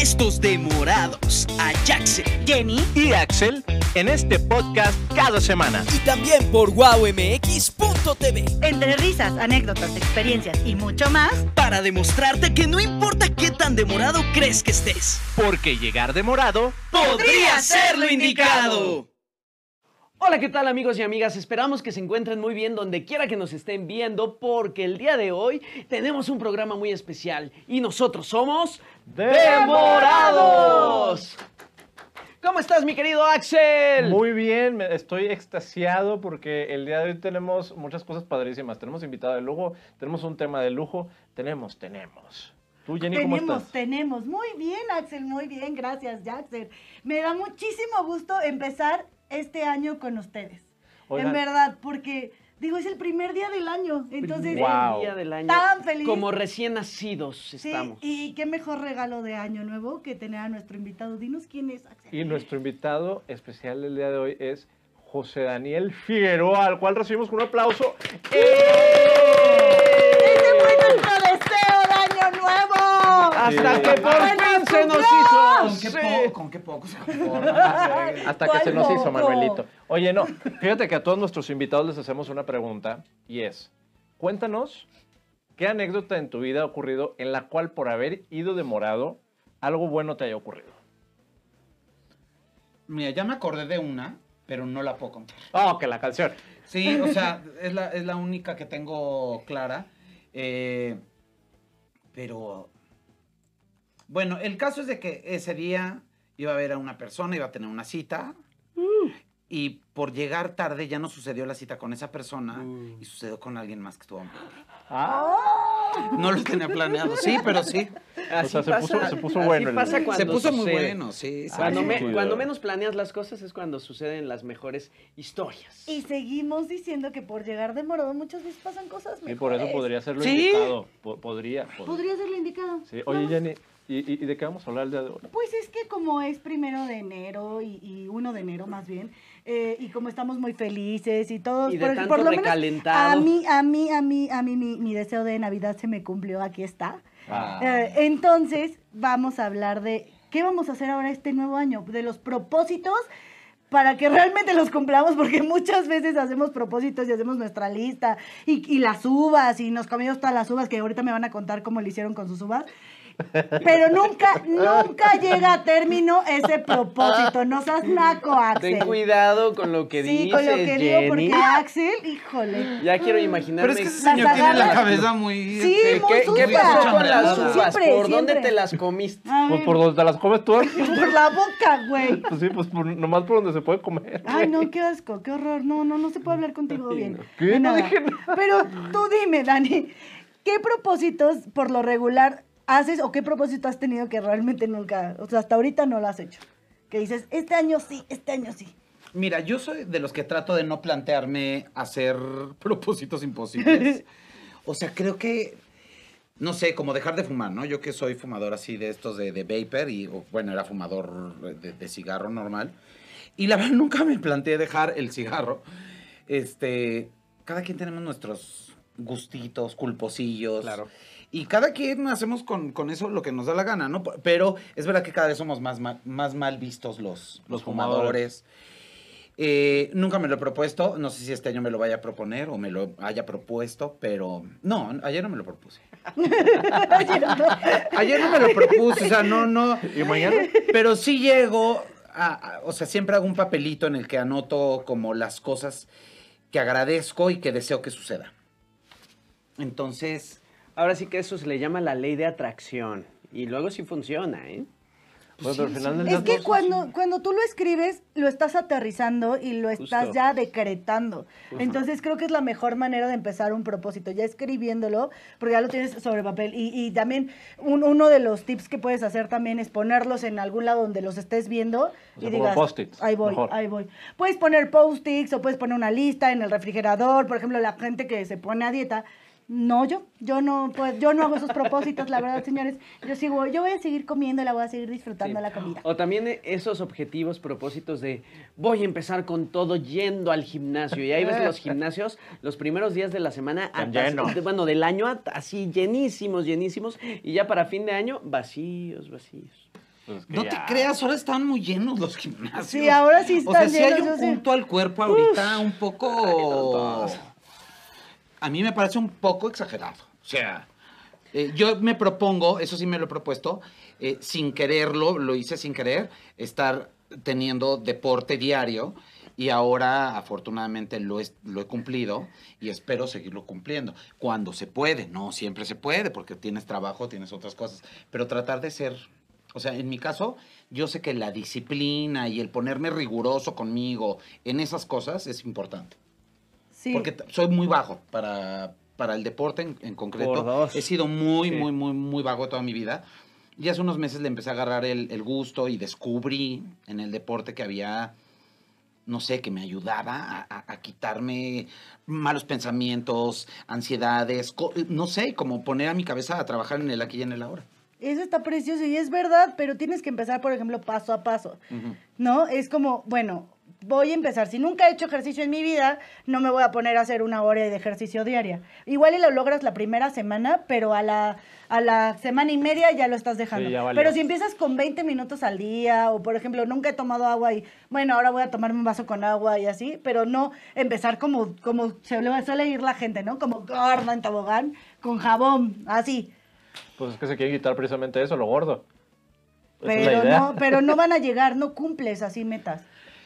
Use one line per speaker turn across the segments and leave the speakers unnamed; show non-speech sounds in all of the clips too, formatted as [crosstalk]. estos demorados, a Jackson, Jenny
y Axel en este podcast cada semana.
y también por wowmx.tv
Entre risas, anécdotas, experiencias y mucho más,
para demostrarte que no importa qué tan demorado crees que estés,
Porque llegar demorado
podría ser lo indicado.
Hola, ¿qué tal amigos y amigas? Esperamos que se encuentren muy bien donde quiera que nos estén viendo porque el día de hoy tenemos un programa muy especial y nosotros somos Demorados. ¿Cómo estás mi querido Axel?
Muy bien, me- estoy extasiado porque el día de hoy tenemos muchas cosas padrísimas. Tenemos invitado de lujo, tenemos un tema de lujo, tenemos, tenemos. Tú, Jenny, ¿cómo
tenemos,
estás?
tenemos. Muy bien, Axel, muy bien. Gracias, Jackson. Me da muchísimo gusto empezar este año con ustedes.
Oigan.
En verdad, porque, digo, es el primer día del año. Entonces,
Wow.
día del año.
Tan feliz.
Como recién nacidos
sí,
estamos.
y qué mejor regalo de año nuevo que tener a nuestro invitado. Dinos quién es, Axel.
Y nuestro invitado especial del día de hoy es José Daniel Figueroa, al cual recibimos con un aplauso. ¡Eh!
¡Ese fue nuestro deseo de año nuevo!
Hasta
Sí.
que por fin se nos hizo.
¿Con qué,
Sí.
po- con qué pocos
[laughs] Hasta que se nos
¿Cuál
hizo,
poco?
Manuelito. Oye, no, fíjate que a todos nuestros invitados les hacemos una pregunta y es, cuéntanos qué anécdota en tu vida ha ocurrido en la cual por haber ido de morado, algo bueno te haya ocurrido.
Mira, ya me acordé de una, pero no la puedo contar.
Oh, que la canción.
Sí, o
[laughs]
sea, es la, es la única que tengo clara. eh, pero. Bueno, el caso es de que ese día iba a ver a una persona, iba a tener una cita.
Uh.
Y por llegar tarde ya no sucedió la cita con esa persona
Uh.
y sucedió con alguien más que estuvo mejor.
Ah,
No lo tenía planeado, sí, pero sí.
Así
sea, se puso- se puso
así
bueno el-
pasa cuando
Se puso muy
sucede.
bueno, sí. sí.
Cuando,
Ay,
me-
chido.
cuando menos planeas las cosas es cuando suceden las mejores historias.
Y seguimos diciendo que por llegar demorado muchas veces pasan cosas
y
mejores.
por eso podría ser lo
Sí.
indicado. Po- podría. pod-
Podría ser lo indicado.
Sí.
Nada
Oye,
más.
Jenny, ¿y, y- y de qué vamos a hablar el día de hoy?
Pues es que como es primero de enero y, y 1 de enero más bien, eh, y como estamos muy felices y todos,
Y de tanto
menos
recalentado.
a mí, a mí, a mí, a mí mi, mi deseo de Navidad se me cumplió, aquí está.
Ah.
Eh, entonces vamos a hablar de qué vamos a hacer ahora este nuevo año, de los propósitos para que realmente los cumplamos, porque muchas veces hacemos propósitos y hacemos nuestra lista y, y las uvas y nos comimos todas las uvas que ahorita me van a contar cómo le hicieron con sus uvas. Pero nunca, nunca llega a término ese propósito. No seas naco, Axel.
Ten cuidado con lo que
sí,
dices,
con lo que digo,
Jenny.
porque ah, mm. Axel, híjole.
Ya quiero imaginarme.
Pero es que ese
Las
señor tiene la
agarras-
cabeza muy.
Sí,
este,
muy
¿Qué,
sucia.
qué pasó con las
chambeadora.
uvas?
Siempre,
¿Por dónde
siempre. Ah.
te las comiste?
A
Pues
ver,
por donde te las comes tú.
por la boca, güey.
Pues sí, pues por- nomás por donde se puede comer.
Ay, no, qué asco, qué horror. No, no, no se puede hablar contigo bien.
¿Qué?
De
No
nada.
dije
Pero tú dime, Dani, ¿qué propósitos por lo regular haces o qué propósito has tenido que realmente nunca, o sea, hasta ahorita no lo has hecho? Que dices, este año sí, este año sí.
Mira, yo soy de los que trato de no plantearme hacer [laughs] propósitos imposibles. O sea, creo que, no sé, como dejar de fumar, ¿no? Yo que soy fumador así de estos de, de vapor y, o, bueno, era fumador de, de cigarro normal. Y la verdad nunca me planteé dejar el cigarro. Este, cada quien tenemos nuestros gustitos, culposillos.
Claro.
Y cada quien hacemos con, con eso lo que nos da la gana, ¿no? Pero es verdad que cada vez somos más, ma- más mal vistos los, los
Los fumadores.
fumadores. Eh, nunca me lo he propuesto. No sé si este año me lo vaya a proponer o me lo haya propuesto, pero no, ayer no me lo propuse.
Oye, no.
Ayer no me lo propuse, o sea, no, no.
¿Y mañana?
Pero sí llego, a- a- o sea, siempre hago un papelito en el que anoto como las cosas que agradezco y que deseo que suceda. Entonces,
Ahora sí que eso se le llama la ley de atracción. Y luego sí funciona, ¿eh?
Pues al final del
Es
día
que
todo-
cuando, cuando tú lo escribes, lo estás aterrizando y lo estás
Justo.
ya decretando. Entonces creo que es la mejor manera de empezar un propósito, ya escribiéndolo, porque ya lo tienes sobre papel. Y, y también un- uno de los tips que puedes hacer también es ponerlos en algún lado donde los estés viendo
sea,
y
como
digas,
post-its,
ahí voy,
mejor.
ahí voy. Puedes poner post-its o puedes poner una lista en el refrigerador, por ejemplo, la gente que se pone a dieta. No, yo, yo no, pues, yo no hago esos propósitos, la verdad, señores. Yo sigo, yo voy a seguir comiendo, la voy a seguir disfrutando la comida.
O también e- esos objetivos, propósitos de voy a empezar con todo yendo al gimnasio. Y ahí ves los gimnasios los primeros días de la semana,
Están
atas-
llenos.
de- bueno, del año at- así llenísimos, llenísimos. Y ya para fin de año, vacíos, vacíos.
Pues que
No te
ya.
creas, ahora están muy llenos los gimnasios.
Sí, ahora sí
O sea,
están
sí hay
llenos,
un
yo sé.
punto al cuerpo ahorita un poco... a mí me parece un poco exagerado. O sea, eh, yo me propongo, eso sí me lo he propuesto, eh, sin quererlo, lo hice sin querer, estar teniendo deporte diario. Y ahora, afortunadamente, lo he, lo he cumplido y espero seguirlo cumpliendo. Cuando se puede, no siempre se puede, porque tienes trabajo, tienes otras cosas. Pero tratar de ser o sea, en mi caso, yo sé que la disciplina y el ponerme riguroso conmigo en esas cosas es importante.
Sí.
Porque t- soy muy vago para, para el deporte en, en concreto.
Por dos.
He sido muy,
Sí.
muy, muy, muy vago toda mi vida. Y hace unos meses le empecé a agarrar el, el gusto y descubrí en el deporte que había, no sé, que me ayudaba a, a- a quitarme malos pensamientos, ansiedades, co- no sé, como poner a mi cabeza a trabajar en el aquí y en el ahora.
Eso está precioso y es verdad, pero tienes que empezar, por ejemplo, paso a paso. ¿No? Es como, bueno, voy a empezar. Si nunca he hecho ejercicio en mi vida, no me voy a poner a hacer una hora de ejercicio diaria. Igual y lo logras la primera semana, pero a la, a la semana y media ya lo estás dejando.
Sí, ya valió.
pero si empiezas con 20 minutos al día, o por ejemplo, nunca he tomado agua y, bueno, ahora voy a tomarme un vaso con agua y así, pero no empezar como, como se le suele ir la gente, ¿no? Como gorda en tobogán, con jabón, así.
Pues es que se quiere quitar precisamente eso, lo gordo. Esa es la
Pero
idea.
no, pero no van a llegar, no cumples así metas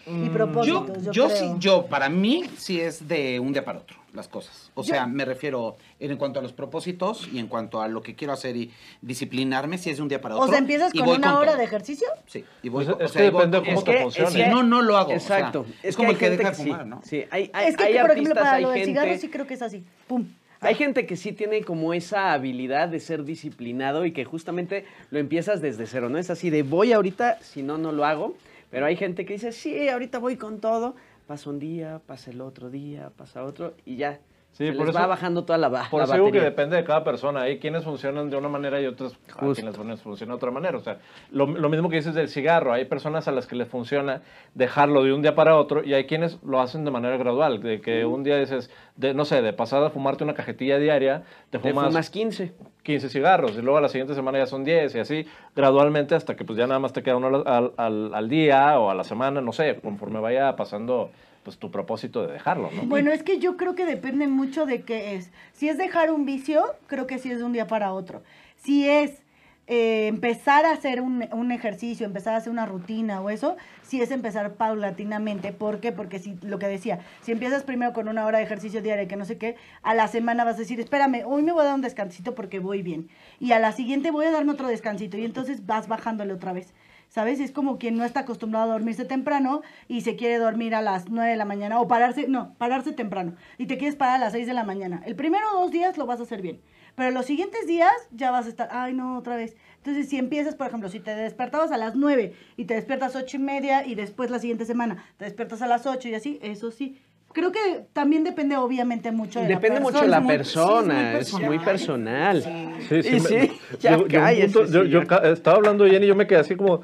y
Mm, Yo,
propósitos. Yo,
yo,
creo.
sí, yo, para mí, sí es de un día para otro las cosas. O sea, me refiero en cuanto a los propósitos y en cuanto a lo que quiero hacer y disciplinarme, sí es de un día para otro.
O sea, empiezas
y
con
voy
una hora
todo.
de ejercicio.
Sí, y voy
Pues
con- o
es
sea,
que
y voy
depende
con
cómo
todo.
te funcione.
Si no, no lo hago. o sea,
Exacto.
es, como el que
hay gente
deja de
sí.
fumar, ¿no?
Sí, hay, hay,
Es que,
hay
por ejemplo,
artistas,
para
hay
lo del
gente...
cigarro sí creo que es así. Pum.
Hay gente que sí tiene como esa habilidad de ser disciplinado y que justamente lo empiezas desde cero, ¿no? Es así de voy ahorita, si no, no lo hago. Pero hay gente que dice, sí, ahorita voy con todo. Pasa un día, pasa el otro día, pasa otro y ya.
Sí,
se
por
les
eso-
va bajando toda la, ba-
Por
la
eso digo que
batería.
depende de cada persona. Hay quienes funcionan de una manera y otras a
Justo.
quienes fun- funcionan de otra manera. O sea, lo, lo mismo que dices del cigarro. Hay personas a las que les funciona dejarlo de un día para otro y hay quienes lo hacen de manera gradual. De que un día dices, de, no sé, de pasada fumarte una cajetilla diaria, te
Te
fumas,
fumas 15.
15 cigarros y luego a la siguiente semana ya son 10 y así gradualmente hasta que pues ya nada más te queda uno al, al- al día o a la semana, no sé, conforme vaya pasando pues tu propósito de dejarlo, ¿no?
Bueno, es que yo creo que depende mucho de qué es. Si es dejar un vicio, creo que sí es de un día para otro. Si es eh, empezar a hacer un, un ejercicio, empezar a hacer una rutina o eso, sí es empezar paulatinamente. ¿Por qué? Porque si, lo que decía, si empiezas primero con una hora de ejercicio diario, que no sé qué, a la semana vas a decir, espérame, hoy me voy a dar un descansito porque voy bien. Y a la siguiente voy a darme otro descansito. Y entonces vas bajándole otra vez. ¿Sabes? Es como quien no está acostumbrado a dormirse temprano y se quiere dormir a las 9 de la mañana o pararse, no, pararse temprano y te quieres parar a las 6 de la mañana. El primero dos días lo vas a hacer bien, pero los siguientes días ya vas a estar, ay no, otra vez. Entonces, si empiezas, por ejemplo, si te despertabas a las 9 y te despiertas ocho y media y después la siguiente semana te despiertas a las 8 y así, eso sí. Creo que también depende obviamente mucho de
Depende
la
mucho de
persona.
la
muy- sí, es muy
persona, es muy personal.
Sí, sí,
Y
me- [laughs]
sí, [laughs] ya
llegó- llegó un
cállese,
punto- yo, yo
señor.
ca- estaba hablando Jenny y yo me quedé así como.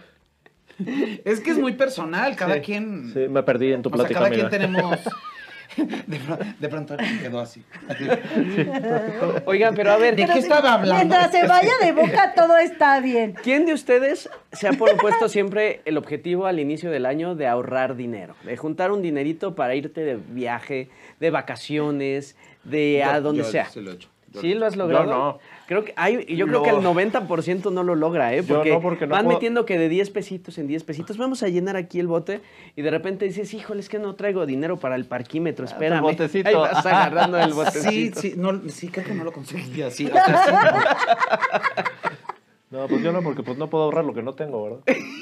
Es que es muy personal, cada
sí,
quien...
sí, me perdí en tu
Mm. o sea,
plática.
cada
amiga.
quien tenemos...
[laughs]
De, pro- de pronto quedó así.
Oigan, pero a ver,
¿De qué estaba hablando?
Mientras se vaya de boca todo está bien.
¿Quién de ustedes se ha propuesto siempre el objetivo al inicio del año de ahorrar dinero? De juntar un dinerito para irte de viaje, de vacaciones, de a
Yo-
donde
yo
sea.
sí lo he hecho. Yo-
¿Sí lo has logrado?
Yo no.
Creo que hay, y yo creo
No.
que el 90% no lo logra, ¿eh?
Yo
Porque,
no, porque no
van
puedo-
metiendo que de 10 pesitos en 10 pesitos, vamos a llenar aquí el bote y de repente dices, híjole, es que no traigo dinero para el parquímetro, espérame.
botecito.
Ahí vas agarrando el
Sí,
botecito.
sí, no, sí, creo que no lo
[laughs]
conseguí así.
No, pues yo no, porque pues no puedo ahorrar lo que no tengo, ¿verdad?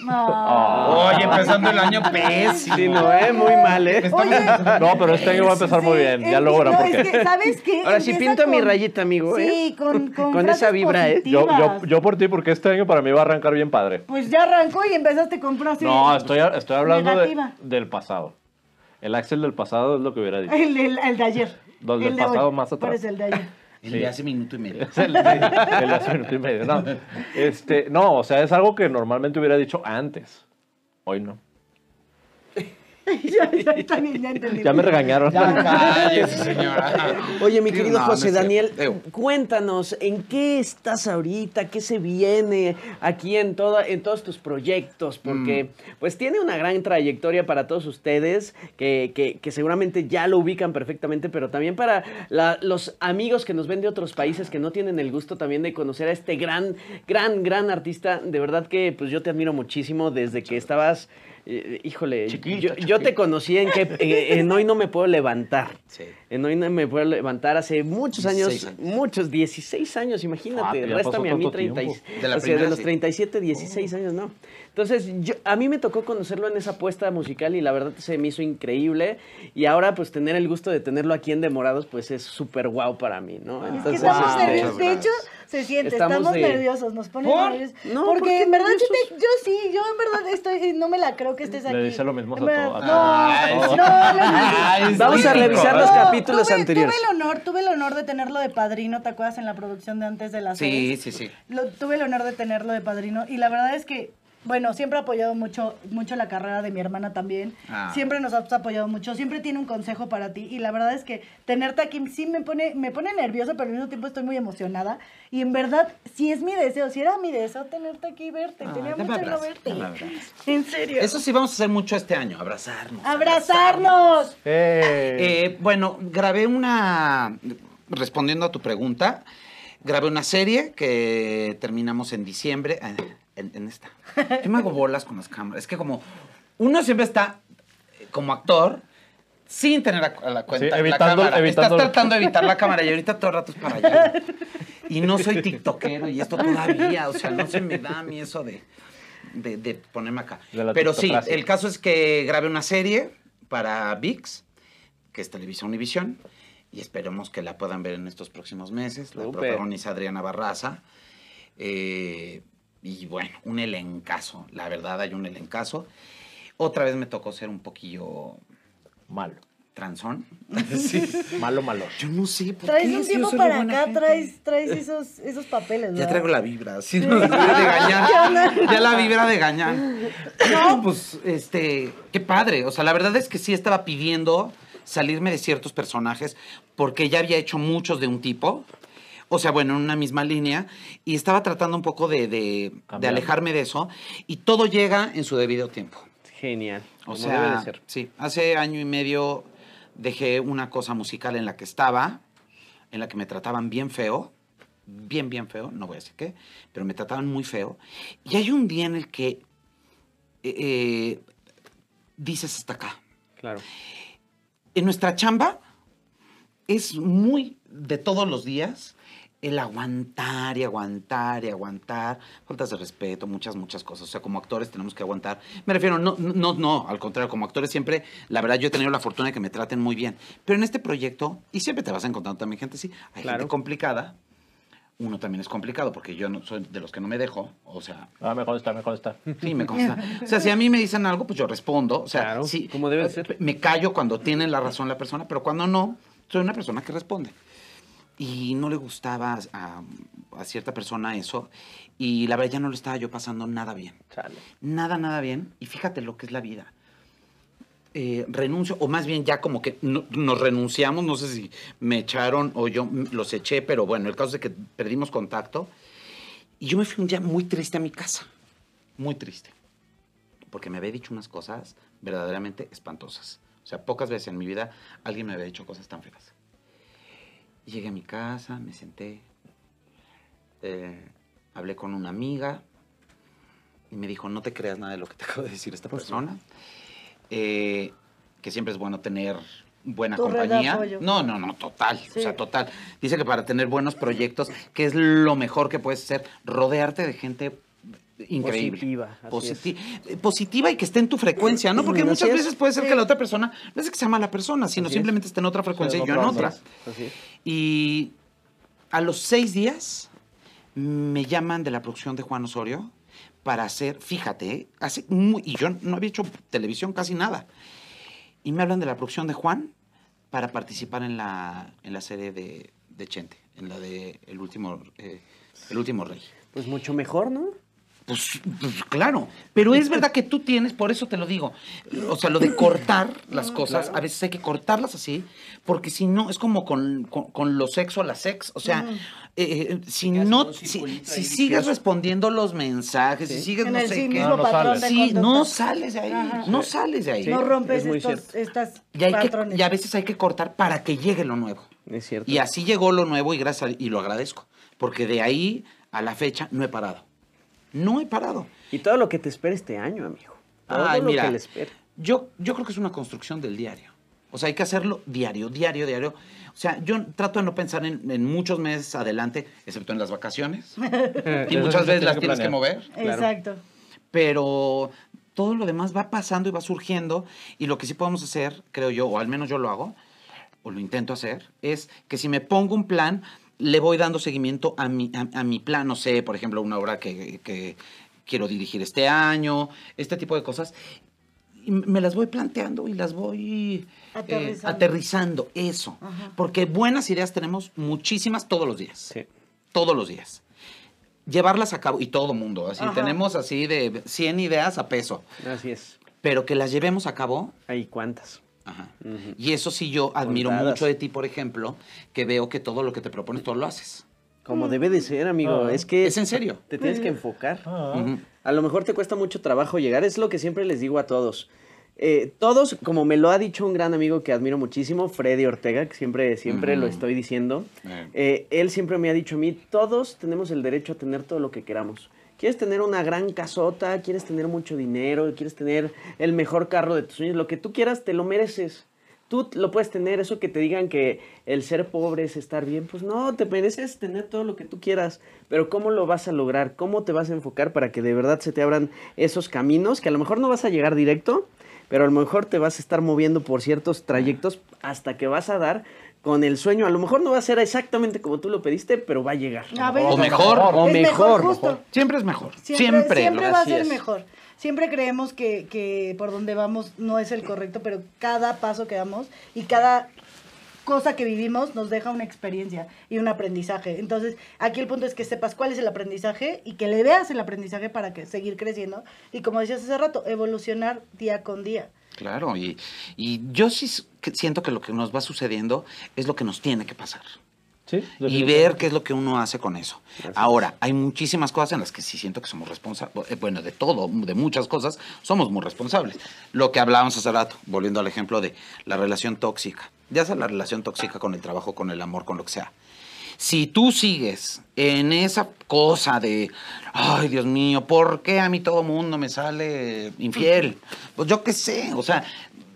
Ah.
Oye, empezando el año pésimo.
Sí, no, ¿eh? Muy mal, ¿eh?
Oye,
No, pero este año va a empezar muy
Sí,
bien, ya
em-
lo ahora,
no,
porque.
es que, ¿sabes qué?
Ahora sí
Empieza
pinto mi
con-
rayita, amigo,
Sí,
¿eh?
con, con,
Con esa
frases
vibra, ¿eh?
Yo, yo,
positivas.
yo por ti, porque este año para mí va a arrancar bien padre.
Pues ya arrancó y empezaste con frases.
No, estoy, estoy hablando de-
Negativa.
del pasado. El Axel del pasado es lo que hubiera dicho.
El, el- el de ayer.
Los
el
del
de hoy.
pasado más atrás.
Pero es el de ayer.
El de hace minuto y medio.
El de- el de hace minuto y medio, No, este, no, o sea, es algo que normalmente hubiera dicho antes. Hoy no.
ya, ya, está bien, ya entendí.
Ya me regañaron.
Ya cállese, señora.
Oye, mi
Sí,
querido
no, no es
José
cierto.
Daniel,
Digo,
cuéntanos, ¿en qué estás ahorita? ¿Qué se viene aquí en, toda, en todos tus proyectos? Porque
Mm.
pues tiene una gran trayectoria para todos ustedes que, que- que seguramente ya lo ubican perfectamente, pero también para la- los amigos que nos ven de otros países que no tienen el gusto también de conocer a este gran, gran, gran artista. De verdad que pues yo te admiro muchísimo desde que estabas... eh, Híjole, yo,
Chiquito,
yo te conocí en que eh, en hoy no me puedo levantar.
Sí.
En hoy no me puedo levantar hace muchos años,
16 años.
muchos, 16 años, imagínate,
Ah, ya pasó
réstame a mí
tanto
30, y-
tiempo.
De la
o sea, de
primera,
los
sí.
37, 16 años, ¿no? Entonces, yo, a mí me tocó conocerlo en esa apuesta musical y la verdad se me hizo increíble y ahora pues tener el gusto de tenerlo aquí en Demorados pues es súper guau para mí, ¿no?
Es que
Entonces,
estamos
wow.
este,
nerviosos. [laughs] De hecho, se siente,
Estamos
estamos,
de-
nerviosos, nos ponen
¿Por?
nerviosos.
No,
porque
¿por qué
en verdad, yo, te- yo sí, yo en verdad estoy, no me la creo que estés
Le
aquí.
dice lo mismo a
En verdad,
todo- a
No,
todos.
no,
[laughs]
Ay,
no, no.
es
Vamos a
típico,
revisar los
No,
capítulos
tuve-
anteriores.
Tuve el honor, tuve el honor de tenerlo de padrino, ¿te acuerdas en la producción de antes de la
Sí, sí, sí.
lo- tuve el honor de tenerlo de padrino y la verdad es que, bueno, siempre ha apoyado mucho, mucho la carrera de mi hermana también.
Ah.
Siempre nos has apoyado mucho, siempre tiene un consejo para ti y la verdad es que tenerte aquí sí me pone, me pone nerviosa, pero al mismo tiempo estoy muy emocionada y en verdad sí es mi deseo, sí era mi deseo tenerte aquí y verte,
Ay,
tenía
dame
mucho que no
abrazo,
verte.
dame abrazo.
En serio.
Eso sí vamos a hacer mucho este año, abrazarnos.
Abrazarnos.
Eh,
Eh, bueno, grabé una. Respondiendo a tu pregunta, grabé una serie que terminamos en diciembre. ah, En, en esta. Yo me hago bolas con las cámaras. Es que como. Uno siempre está eh, como actor. Sin tener a, a la cuenta
Sí,
la
evitando-
cámara. Estás
evitándolo.
tratando de evitar la cámara y ahorita todo el rato es
[laughs]
para allá. Y no soy tiktokero y esto todavía, o sea, no se me da a mí eso de, de, de ponerme acá.
De la
Pero sí,
tiktocracia.
el caso es que grabé una serie para VIX, que es Televisión Univisión, y esperemos que la puedan ver en estos próximos meses. La
Súper.
protagoniza Adriana Barraza. Eh, y bueno, un elencazo, la verdad hay un elencazo. Otra vez me tocó ser un poquillo
malo.
transón.
Malo, malo.
Yo no sé por
Traes
qué,
un
si yo
tiempo
soy
para
buena
acá,
gente.
traes, traes esos, esos papeles,
Ya
¿verdad?
traigo la vibra, sí, no, de gañán. Ya la vibra de gañán. No, pues, este, qué padre. O sea, la verdad es que sí estaba pidiendo salirme de ciertos personajes porque ya había hecho muchos de un tipo. O sea, bueno, en una misma línea. Y estaba tratando un poco de, de- de
Cambiar.
alejarme de eso. Y todo llega en su debido tiempo.
Genial,
O
como
sea,
debe de ser.
sí, hace año y medio dejé una cosa musical en la que estaba, en la que me trataban bien feo, bien, bien feo, no voy a decir qué, pero me trataban muy feo. Y hay un día en el que eh, eh, dices hasta acá.
Claro.
En nuestra chamba es muy de todos los días el aguantar y aguantar y aguantar, faltas de respeto, muchas, muchas cosas. O sea, como actores tenemos que aguantar. Me refiero, no, no, no, al contrario, como actores siempre, la verdad, yo he tenido la fortuna de que me traten muy bien. Pero en este proyecto, y siempre te vas encontrando también gente así, hay
Claro.
gente complicada. Uno también es complicado, porque yo no, soy de los que no me dejo, o sea,
Ah, me consta, me consta.
Sí, me consta. O sea, si a mí me dicen algo, pues yo respondo. O sea,
Claro,
sí, eh,
como debe de ser.
Me callo cuando tiene la razón la persona, pero cuando no, soy una persona que responde. Y no le gustaba a, a cierta persona eso. Y la verdad ya no lo estaba yo pasando nada bien.
Chale.
Nada, nada bien. Y fíjate lo que es la vida. Eh, renuncio, o más bien ya como que no- nos renunciamos, no sé si me echaron o yo m- los eché, pero bueno, el caso es que perdimos contacto. Y yo me fui un día muy triste a mi casa, muy triste, porque me había dicho unas cosas verdaderamente espantosas. O sea, pocas veces en mi vida alguien me había dicho cosas tan feas. Y Llegué a mi casa, me senté, eh, hablé con una amiga y me dijo, no te creas nada de lo que te [laughs] acaba de decir esta persona. Eh, que siempre es bueno tener buena
Tu red de
compañía.
apoyo.
No, no, no, total. O sea,
Sí.
total. Dice que para tener buenos proyectos, que es lo mejor que puedes hacer, rodearte de gente increíble.
Positiva, así
Positi- eh, positiva y que esté en tu frecuencia, ¿no? Porque
Así
muchas
es.
veces puede ser que la otra persona, no es que sea mala persona, sino
Así es.
simplemente está en otra frecuencia
Sí,
y yo en
no,
otra.
sí.
Así es.
Y a los seis días me llaman de la producción de Juan Osorio para hacer, fíjate, ¿eh? hace mu- y yo no había hecho televisión casi nada. Y me hablan de la producción de Juan para participar en la, en la serie de, de Chente, en la de El último, eh, el último Rey.
Pues mucho mejor, ¿no?
Pues, pues, claro, pero es verdad que tú tienes, por eso te lo digo, o sea, lo de cortar las cosas, a veces hay que cortarlas así, porque si no, es como con, con, con lo sexo a la sex, o sea, eh, eh, si
haces
no,
un
si,
circulito
si
ahí
sigues respondiendo los mensajes, si sigues
en
no
el
sé
sí
qué,
mismo
no
patrón
sales.
de
sí, no
conducta.
sales de ahí,
Ajá.
no sales de ahí.
No rompes
es muy
estos,
cierto.
estas
y, hay que,
patrones.
y a veces hay que cortar para que llegue lo nuevo.
Es cierto.
Y así llegó lo nuevo y gracias a- y lo agradezco, porque de ahí a la fecha no he parado. No he parado.
Y todo lo que te espera este año, amigo. Todo
Ay,
lo
mira.
que le espera.
Yo, yo creo que es una construcción del diario. O sea, hay que hacerlo diario, diario, diario. O sea, yo trato de no pensar en, en muchos meses adelante, excepto en las [laughs] vacaciones. y muchas veces las tienes que mover.
Exacto.
pero todo lo demás va pasando y va surgiendo y lo que sí podemos hacer, creo yo, o al menos yo lo hago, o lo intento hacer, es que si me pongo un plan, le voy dando seguimiento a mi, a, a mi plan, no sé, por ejemplo, una obra que, que quiero dirigir este año, este tipo de cosas, y me las voy planteando y las voy eh,
Aterrizando.
aterrizando, eso, porque buenas ideas tenemos muchísimas todos los días,
Sí.
todos los días llevarlas a cabo y todo mundo. Así
Ajá.
tenemos así de 100 ideas a peso,
Así es.
pero que las llevemos a cabo.
Hay cuántas.
ajá. Y eso sí yo admiro
Contadas.
mucho de ti, por ejemplo, que veo que todo lo que te propones, todo lo haces.
Como debe de ser, amigo. Es que.
Ah. Es en serio.
Te tienes que enfocar.
Ujú.
A lo mejor te cuesta mucho trabajo llegar, es lo que siempre les digo a todos. Eh, todos, como me lo ha dicho un gran amigo que admiro muchísimo, Freddy Ortega, que siempre, siempre
Ujú.
lo estoy diciendo,
Eh.
eh, él siempre me ha dicho a mí, todos tenemos el derecho a tener todo lo que queramos. Quieres tener una gran casota, quieres tener mucho dinero, quieres tener el mejor carro de tus sueños, lo que tú quieras, te lo mereces. Tú lo puedes tener, eso que te digan que el ser pobre es estar bien, pues no, te mereces tener todo lo que tú quieras, pero ¿cómo lo vas a lograr? ¿Cómo te vas a enfocar para que de verdad se te abran esos caminos? Que a lo mejor no vas a llegar directo, pero a lo mejor te vas a estar moviendo por ciertos trayectos hasta que vas a dar con el sueño. A lo mejor no va a ser exactamente como tú lo pediste, pero va a llegar.
A veces-
O mejor,
Es
o mejor.
justo.
Siempre es mejor. Siempre.
Siempre, siempre, va a
Así
ser
es.
mejor. Siempre creemos que, que por donde vamos no es el correcto, pero cada paso que damos y cada cosa que vivimos nos deja una experiencia y un aprendizaje. Entonces, aquí el punto es que sepas cuál es el aprendizaje y que le veas el aprendizaje para que seguir creciendo y como decías hace rato, evolucionar día con día.
Claro, y, y yo sí s- que siento que lo que nos va sucediendo es lo que nos tiene que pasar.
Sí,
y ver qué es lo que uno hace con eso. Ahora, hay muchísimas cosas en las que sí siento que somos responsables, bueno, de todo, de muchas cosas, somos muy responsables. Lo que hablábamos hace rato, volviendo al ejemplo de la relación tóxica, ya sea la relación tóxica con el trabajo, con el amor, con lo que sea. Si tú sigues en esa cosa de, ay Dios mío, ¿por qué a mí todo mundo me sale infiel? Pues yo qué sé, o sea,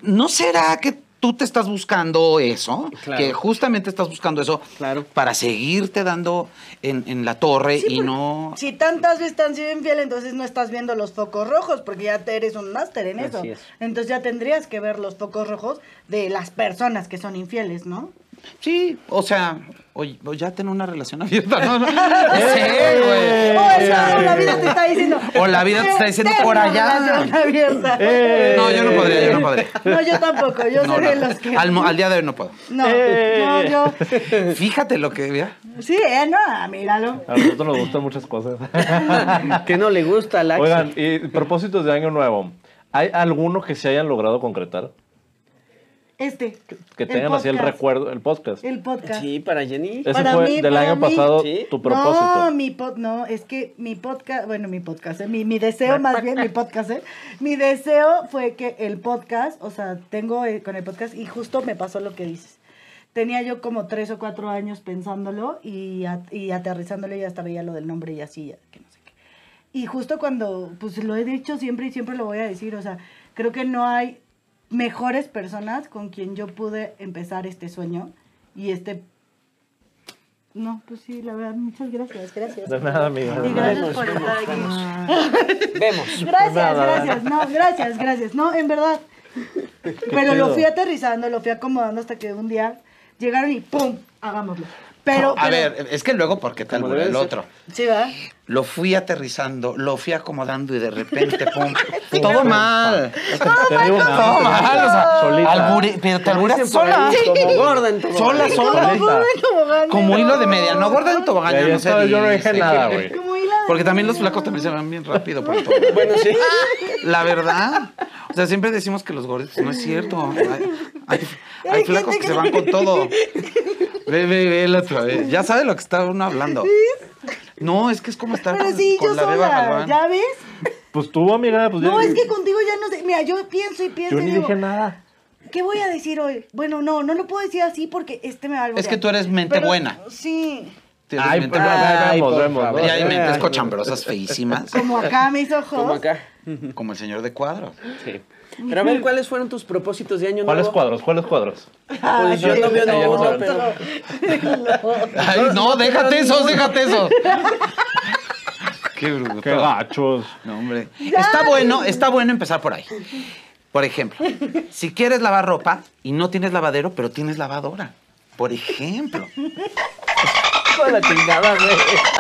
¿no será que tú te estás buscando eso?
Claro.
Que justamente estás buscando eso
Claro.
para seguirte dando en, en la torre
Sí,
y
porque
no...
Si tantas veces te han sido infiel, entonces no estás viendo los focos rojos, porque ya te eres un máster en eso.
Así es.
Entonces ya tendrías que ver los focos rojos de las personas que son infieles, ¿no?
Sí, o sea, o, o ya tener una relación
[laughs]
abierta, ¿no? No sé, güey.
Oh, eso no, la vida te está diciendo.
O la vida te está diciendo
"Ten
por
una
allá".
relación
[laughs]
abierta.
Eh.
No, yo no podría, yo no podría.
No, yo tampoco, yo
No,
soy
no.
de los que.
Al, mo- al día de hoy no puedo.
[laughs] No, no, yo.
Fíjate lo que... ya.
Sí, eh, no, míralo.
A nosotros nos gustan muchas
[laughs]
cosas.
Que no le gusta al Axel?
Oigan, y propósitos de año nuevo. ¿Hay alguno que se hayan logrado concretar?
Este.
Que
el
tengan así el
podcast,
recuerdo, el podcast.
El podcast.
Sí, para Jenny.
Ese
Para
fue
mí,
del
para
año
mí.
pasado
Sí.
tu propósito.
No, mi pod, no, es que mi podcast, bueno, mi podcast, eh, mi, mi deseo más bien, mi podcast, eh, mi deseo fue que el podcast, o sea, tengo eh, con el podcast y justo me pasó lo que dices. Tenía yo como tres o cuatro años pensándolo y, a- y aterrizándolo y hasta veía lo del nombre y así, ya, que no sé qué. Y justo cuando, pues lo he dicho siempre y siempre lo voy a decir, o sea, creo que no hay mejores personas con quien yo pude empezar este sueño y este... No, pues sí, la verdad, muchas gracias, gracias.
De nada, amigo.
Y gracias por estar aquí.
[laughs]
Vemos.
Gracias,
Nada.
gracias, no, gracias, gracias, no, en verdad. Pero lo fui aterrizando, lo fui acomodando hasta que un día llegaron y ¡pum! Hagámoslo. Pero,
a
pero-
ver, es que luego, porque tal
Como
el
debe ser.
otro.
Sí, ¿verdad?
Lo fui aterrizando, lo fui acomodando y de repente,
[laughs]
pum, todo mal.
Te digo,
Todo mal, o sea,
Solita.
albure- pero te alburas
Dicen por
sola.
ahí, Como gorda en todo.
[laughs]
Sola,
Como
sola.
Solita.
gordo en tobogán,
Como
¿no?
hilo de media, no gorda en tobogán,
Ya,
yo
ya
no sé.
estaba- yo no dije
dice.
nada, güey.
Como hilo
Porque también los flacos también se van bien rápido. por [laughs] todo.
Bueno, sí.
La verdad. O sea, siempre decimos que los gorditos no es cierto. Hay, hay- hay flacos que se van con todo. Ve, ve, ve la otra vez. Ya sabe lo que está uno hablando. No, es que es como estar
Pero
con,
sí,
con
yo
la beba
sola,
Galván.
¿ya ves?
Pues tú, amiga, pues
No,
ya-
es que contigo ya no sé. Mira, yo pienso y pienso
yo
y
ni
digo,
dije nada.
¿qué voy a decir hoy? Bueno, no, no lo puedo decir así porque este me va a alburear.
Es que tú eres mente
Pero-
buena.
Sí,
Tienes
Ay,
mente
pues,
buena.
Ay,
vemos,
por
vemos.
favor.
¿no?
Y hay
ay,
mentes
ay.
cochambrosas feísimas.
como acá mis ojos.
Como acá.
Como el señor de cuadro.
Sí. Pero a ver, ¿cuáles fueron tus propósitos de año
¿Cuáles
nuevo?
cuadros? ¿Cuáles cuadros?
Ah,
Ah,
Pues yo no veo
Ay, yo no
ninguno,
sé.
pero...
Ay, no, déjate eso, déjate eso. Qué bruto.
Qué gachos.
No, hombre. Está bueno, está bueno empezar por ahí. Por ejemplo, si quieres lavar ropa y no tienes lavadero, pero tienes lavadora. Por ejemplo.
Con la chingada,
[laughs]
güey.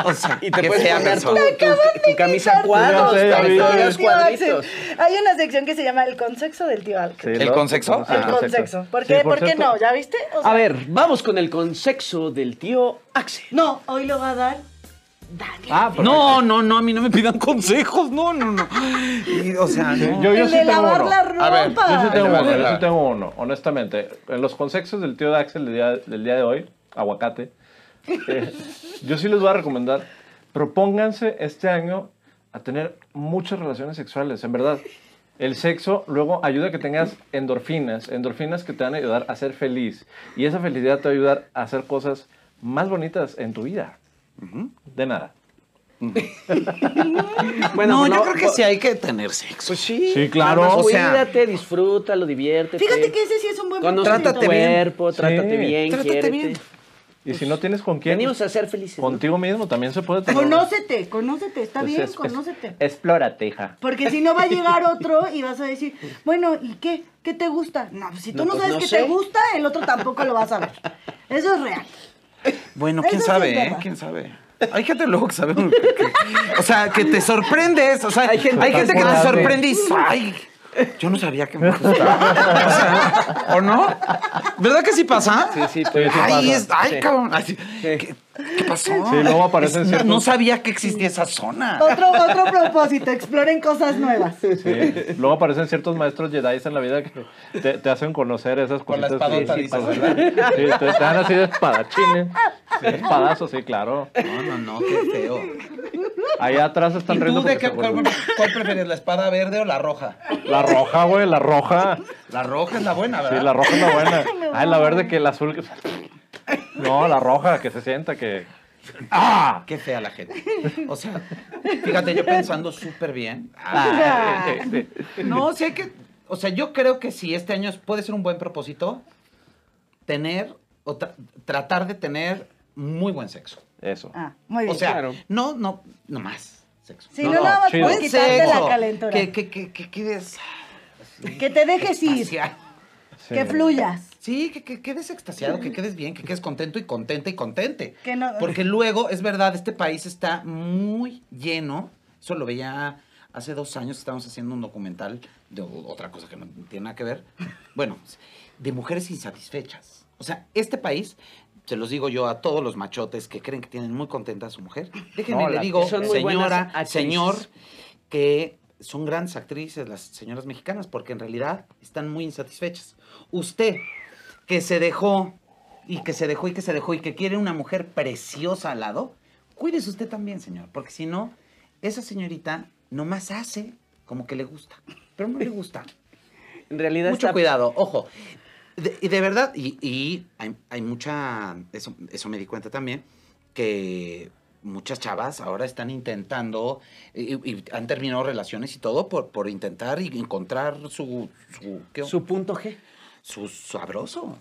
O sea,
[laughs] Y te
qué
puedes
fea
poner tu,
persona.
tu- tu camisa a cuadros,
Ya sé,
para que
ya
te veas
vi.
cuadritos.
Hay una sección que se llama el consexo del tío Alca.
Sí,
¿El
¿no?
consexo?
Sí,
el consexo. Ah, ¿Por qué,
Sí,
por qué
cierto,
no? ¿Ya viste? O sea,
A ver, vamos con el consexo del tío Axel.
No, hoy lo va a dar Daniel.
Ah, perfecto.
No, no, no, a mí no me pidan consejos. No, no, no. Y, o sea, no.
Yo, yo
el
sí
de
tengo
lavar
uno.
la ropa.
A ver,
Yo sí tengo
Ahí le va,
uno,
ahí le
yo
va.
sí tengo uno, honestamente. En los consejos del tío de Axel del día, del día de hoy, aguacate,
[laughs]
eh, yo sí les voy a recomendar, propónganse este año a tener muchas relaciones sexuales, en verdad. El sexo luego ayuda a que tengas endorfinas, endorfinas que te van a ayudar a ser feliz. Y esa felicidad te va a ayudar a hacer cosas más bonitas en tu vida. De nada.
Bueno,
no,
no,
yo creo que
pues-
sí hay que tener sexo.
Pues sí.
Sí, claro.
Nada más
O sea-
cuídate, disfrútalo, diviértete.
Fíjate que ese sí es un buen
Conoce
propósito.
tu
Trátate bien.
cuerpo, trátate
Sí.
bien,
Trátate
quiérete.
bien.
Y si no tienes con quién,
Venimos a ser felices. ¿no?
contigo mismo también se puede tener.
Conócete, conócete, está
Pues
bien,
es- es-
conócete.
Explórate, hija.
Porque si no va a llegar otro y vas a decir, bueno, ¿y qué? ¿Qué te gusta? No, pues si tú
No,
no,
pues
sabes
no
qué
sé.
te gusta, el otro tampoco lo va a saber. Eso es real.
Bueno, quién
Eso sí es
sabe, ¿eh?
verdad.
¿Quién sabe? Hay gente luego que sabe. que- que- o sea, que te sorprendes. O sea, hay gente, que te
curada.
sorprende y dices, ay, yo no sabía que me gustaba. O sea,
[laughs]
¿o no? ¿Verdad que sí pasa?
Sí, sí,
Sí, sí
Ay,
pasa.
es- ay,
Sí.
cabrón. ay, sí. ¿Qué, qué pasó?
Sí, luego aparecen
Es- no,
ciertos-
no sabía que existía esa zona.
Otro, otro propósito, exploren cosas nuevas.
Sí. [laughs] Luego aparecen ciertos maestros Jedi en la vida que te, te hacen conocer esas
Con la
cositas.
espadota,
sí, sí,
dices,
pasan.
¿verdad?
Sí, te, te dan así de
[laughs]
espadachines. Espadazos, sí, claro.
No, no, no, qué feo.
Allá atrás están
¿Y
riendo.
tú de
porque
qué,
se
cuál,
acuerdan.
cuál prefieres, la espada verde o la roja?
La roja, güey, la roja.
La roja es la buena,
Sí,
¿verdad?
la roja es la buena. Ay, la verde que el azul. que- No, la roja, que se sienta que. ¡Ah!
Qué fea la gente. O sea, fíjate, yo pensando súper bien.
Ah, sí, sí, sí.
No, si hay que. O sea, yo creo que si este año es- puede ser un buen propósito, tener o tra- tratar de tener muy buen sexo.
Eso.
Ah, muy bien.
O sea,
Claro.
no, no, no más sexo.
si no,
no,
nada más
chido.
por
Buen
quitarte la calentura.
Que,
Que,
que, que, que quedes.
te dejes ir,
extasiado.
Sí.
que fluyas.
Sí, que, que quedes extasiado, que quedes bien, que quedes contento y contenta y contente.
Que no-
Porque luego, es verdad, este país está muy lleno. Eso lo veía hace dos años, estábamos haciendo un documental de o- otra cosa que no tiene nada que ver. Bueno, de mujeres insatisfechas. O sea, este país, se los digo yo a todos los machotes que creen que tienen muy contenta a su mujer. Déjenme,
No,
le
las-
digo,
son muy buenas
señora,
actrices.
señor, que son grandes actrices las señoras mexicanas porque en realidad están muy insatisfechas. Usted que se dejó y que se dejó y que se dejó y que quiere una mujer preciosa al lado, cuídese usted también, señor, porque si no, esa señorita nomás hace como que le gusta, pero no le gusta.
En realidad
Mucho
está-
cuidado, ojo. De- Y de, verdad, y, y hay, hay mucha, eso, eso me di cuenta también, que muchas chavas ahora están intentando, y, y han terminado relaciones y todo por, por intentar y encontrar su, su, ¿qué?
Su punto G.
su sabroso,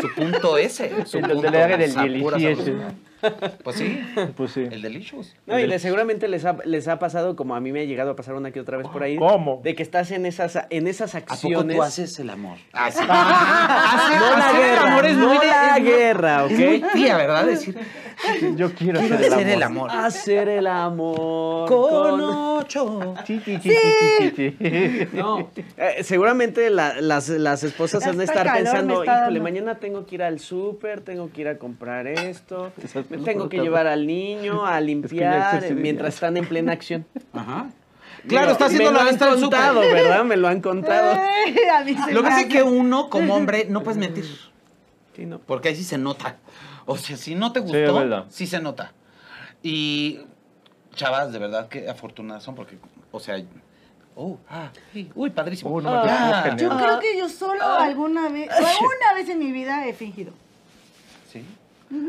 su punto
[laughs]
S, su
El
punto
donde le hagan el
sapura
delicioso.
sabrosa. Pues sí,
Pues sí.
el delicious.
No, y le- seguramente les ha, les ha pasado, como a mí me ha llegado a pasar una que otra vez por ahí.
¿Cómo?
De que estás en esas, en esas
¿A poco
acciones.
tú haces el amor? Ah,
No la
[laughs] Hacer el
guerra,
amor es
no
muy de-
la
es muy-
guerra, ¿ok?
Es muy tía, ¿verdad? Decir,
Yo quiero
Quiero
hacer
hacer
el
el
amor.
Ah,
amor.
Hacer el amor.
Con
con-
ocho.
Chi, chi, chi, chi, chi, chi.
No, eh, seguramente la- las, las esposas
Ya
han de
está
estar
calor,
pensando,
me está
híjole,
dando".
mañana tengo que ir al súper, tengo que ir a comprar
[laughs]
esto,
Estás
me
viendo
tengo
por
que
acá.
llevar al niño, a limpiar, eh,
existe
mientras están en plena acción.
Ajá. [laughs] Claro,
Digo,
está haciendo
me
la
lo
vista
han
del súper.
contado, ¿verdad? Me lo han contado.
Ay, Eh, a mí se me
Lo que pasa es
hace-
que uno, como hombre, no puedes mentir.
Sí, no.
Porque ahí sí se nota. O sea, si no te
es
gustó,
verdad.
sí, se nota. Y chavas, de verdad, qué afortunadas son porque, o sea, oh, ah, sí, uy, padrísimo.
Oh, no manches,
Ah,
estuvo
Yo
genial.
creo que yo solo alguna vez, alguna vez en mi vida he fingido.
Sí.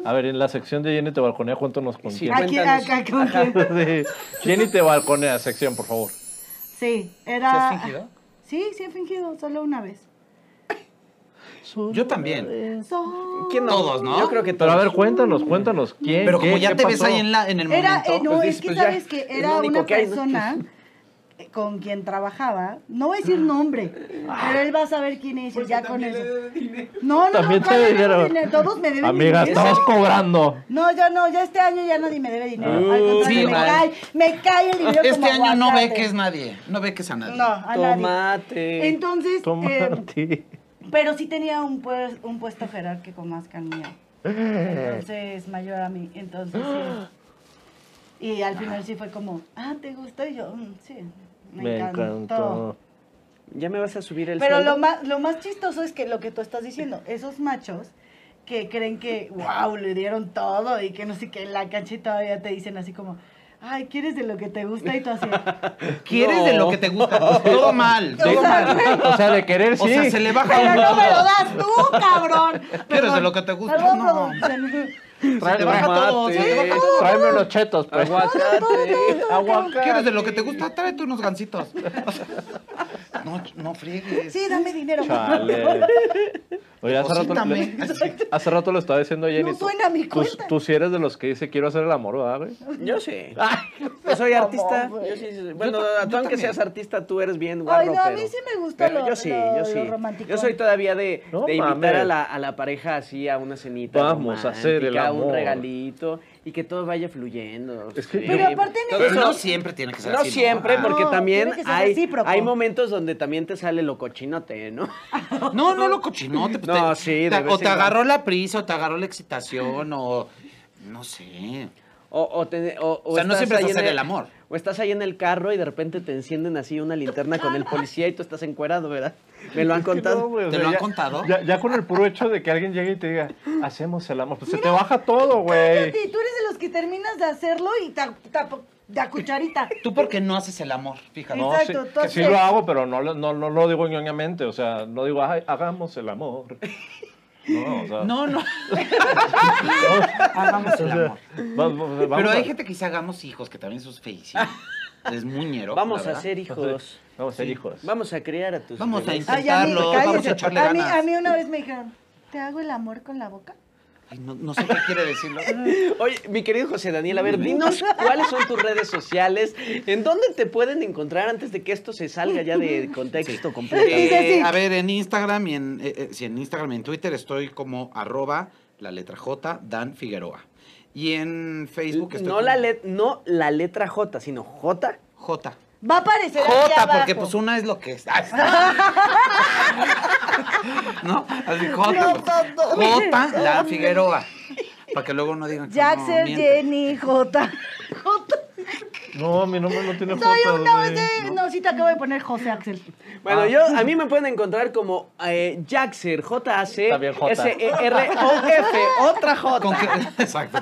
A ver, en la sección de Jenny te balconea, cuéntanos con
Sí.
quién.
Aquí,
cuéntanos.
acá, ¿con quién?
[laughs] Sí. Jenny te balconea, sección, por favor.
Sí,
¿Sí
era...
has fingido?
Sí, sí he fingido, solo una vez.
[laughs] Yo también.
Solo-
¿Quién
Todos, ¿no?
Yo creo que
Pero
todos.
a ver, cuéntanos, cuéntanos. ¿Quién?
Pero como
¿Qué-
ya
qué
te ves
pasó?
ahí en, la, en el
Era,
momento.
eh, no,
pues
es
dices,
que
pues, ya,
sabes que
es
era
lo único
una
que hay, ¿no?
persona eh, con quien trabajaba, no voy a decir nombre, pero él va a saber quién es y ya con eso. No, no,
También
no,
te
¿cuál me debe
dijeron.
dinero? todos me deben
Amiga,
dinero.
estabas cobrando.
No, ya no, ya este año ya nadie me debe dinero. Al contrario,
sí,
me,
mal.
cae, me cae el dinero
Este
como
año no
aguacate.
ve que es nadie. No ve que es a nadie.
No, a nadie.
Tomate.
Entonces,
Toma
eh,
a ti.
pero sí tenía un, pues- un puesto jerárquico más que el mío. Entonces, mayor a mí. Entonces, sí. Y al final sí fue como, ah, ¿te gustó? Y yo, "Mm, sí, me,
Me
encantó.
encantó.
Ya me vas a subir el
Pero
sueldo?
lo más, lo más chistoso es que lo que tú estás diciendo, esos machos que creen que, wow, le dieron todo y que no sé qué, la cancha y todavía te dicen así como, ay, ¿quieres de lo que te gusta? Y tú así,
¿Quieres de
No.
lo que te gusta? Pues todo mal,
O sea,
todo mal.
O sea, de querer sí.
O sea, se le baja
pero
un
no me lo das tú, cabrón.
¿Quieres de
Perdón.
lo que te gusta?
Perdón,
No. Ah,
producción.
Se te baja
tomate.
todo, se te baja todo.
Tráeme unos chetos, pues.
Aguacate.
Aguacate.
¿Quieres de lo que te gusta? Tráete unos gancitos. No, no friegues.
Sí, dame dinero.
Chale. Oye, hace rato,
Deposítame.
le- hace rato lo estaba diciendo a Jenny.
No
tú-
suena a mi
tú,
cuenta.
tú sí eres de los que dice quiero hacer el amor, ¿verdad, güey?
Yo [laughs] sí. Yo soy artista. Yo sí, sí. bueno,
ta-
tú aunque
yo también.
seas artista, tú eres bien guapo.
Ay, no, a mí sí me gusta lo-
yo sí,
lo-
yo
lo
sí.
romanticón.
Yo soy todavía de,
No
de invitar
mames.
a la, a la pareja así a una cenita.
Vamos a hacer el
romántica, un
amor.
regalito y que todo vaya fluyendo.
Es que-
Sí.
Pero aparte
Pero
Entonces,
no siempre tiene que ser
No
así.
siempre,
Ah.
porque
No,
también
tiene que ser
hay,
recíproco.
hay momentos donde también te sale lo cochinote, ¿no? [laughs]
No, no lo cochinote. pues,
No,
te-
sí, de
te-
vez
o te
en
agarró la prisa, o te agarró la excitación, o. No sé.
O, o te- o-
O sea, no
estás
siempre es
ahí en
hacer el amor.
O estás ahí en el carro y de repente te encienden así una linterna con el policía y tú estás encuerado, ¿verdad? Me [laughs] lo han
No,
contado.
güey, o
¿Te
sea,
lo han
ya-
contado?
Ya, ya con el puro hecho de que alguien llegue y te diga, hacemos el amor. Pues se te baja todo, güey.
Cállate, tú eres de los que terminas de hacerlo y ta, ta- da
[laughs]
cucharita.
Tú porque no haces el amor, fíjate.
No,
Exacto,
sí,
tú
que sí
haces-
lo hago, pero no, lo- no, no lo digo ñoñamente. O sea, no digo, "Ay, hagamos el amor. [laughs] No, o sea,
No, no.
no,
Hagamos el
o sea,
amor.
vamos- vamos
Pero
a-
hay gente que se hagamos hijos, que también eso es feísimo. Es muñero.
Vamos
la
a
verdad.
ser hijos.
Vamos a ser hijos.
Vamos a criar a tus
pues. Vamos a
bebés.
Ay, a mí,
Intentarlo, vamos a
cállese.
echarle
mí,
ganas.
a mí una vez me dijeron, ¿te hago el amor con la boca?
Ay, no, no sé qué quiere decirlo.
Oye, mi querido José Daniel, a ver,
[laughs]
dinos cuáles son tus redes sociales, en dónde te pueden encontrar antes de que esto se salga ya de contexto completo.
Dice sí.
Eh, A ver, en Instagram y en, eh, eh, sí, en Instagram y en Twitter estoy como arroba la letra J Dan Figueroa. Y en Facebook estoy
Eh, No
como
la, let- no la letra J, sino J.
J.
Va a aparecer aquí
J,
abajo.
porque pues una es lo que es. [laughs] Ay, no, así
No,
J. pues,
no, no.
J Dan Figueroa. Para que luego no digan que no,
Jaxer,
miente.
Jenny, [laughs] J. J.
No, mi nombre no tiene
Soy
foto,
una
güey.
vez de... No, sí te acabo de poner José Axel.
Bueno,
Ah.
yo a mí me pueden encontrar como eh, Jaxer, J A C
Está bien, J.
S E R O F, otra J.
Con que- [laughs] exacto.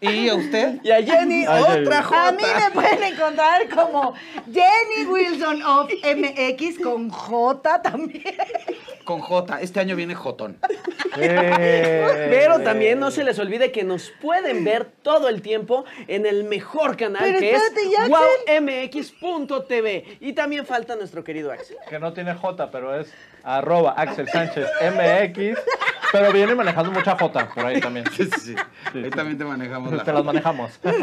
¿Y a usted?
Y a Jenny,
Ay, Jenny.
otra J.
A mí me pueden encontrar como Jenny Wilson of MX con J también. [laughs]
Con J. Este año viene Jotón.
Eh,
Pero también no se les olvide que nos pueden ver todo el tiempo en el mejor canal
Pero
que
espérate,
es
Jaxer.
wowmx.tv. Y también falta nuestro querido Axel.
que no tiene J, pero es arroba Axel Sánchez MX. Pero viene manejando mucha J por ahí también.
[laughs] Sí, sí. Ahí también te manejamos la
Te las manejamos.
Todo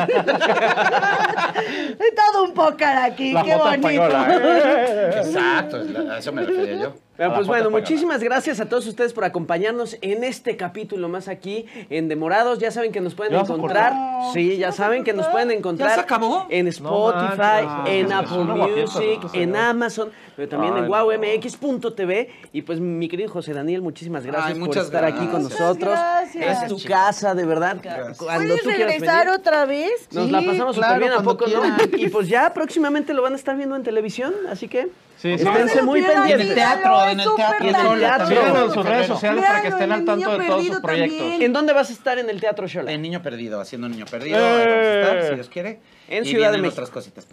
un pócar aquí,
La
qué
J
bonito.
española. ¿eh?
Exacto, es la- a eso me refería yo.
Pero
a la
pues
Foto
bueno,
Española.
muchísimas gracias a todos ustedes por acompañarnos en este capítulo más aquí en Demorados. Ya saben que nos pueden
¿Ya vas a
encontrar.
cortar?
Sí, ya
¿Ya vas a
saben que nos
cortar?
pueden
¿Ya se
encontrar
acabó?
en Spotify,
manches,
en
es
Apple
una guapieza,
Music,
¿no?
en Amazon, pero también
Ay,
en
no.
wowmx.tv. Y pues mi querido José Daniel, muchísimas gracias por
muchas
estar aquí con
gracias.
Muchas
nosotros.
gracias.
Es tu casa, de verdad. Cuando
¿Puedes
tú quieras
regresar
venir.
otra vez?
Nos
Sí,
la pasamos súper
claro,
bien, ¿a
cuando
poco no? Y pues ya próximamente lo van a estar viendo en televisión, así que
Sí, sí.
No
esténse
se lo
muy
pierdan,
pendientes. En el
pendientes.
díganlo, es
teatro, en el
súper
teatro.
Y en el
talentoso.
teatro.
Síganos en sus redes sociales para que
Véanlo,
estén
en
al
el
tanto
Niño
de todos sus
Perdido
proyectos.
también.
¿En dónde vas a estar en el Teatro Shola?
El niño perdido, haciendo un niño perdido. ahí vamos a estar, si Dios quiere.
En
Y
Ciudad de
vienen
México.
otras cositas.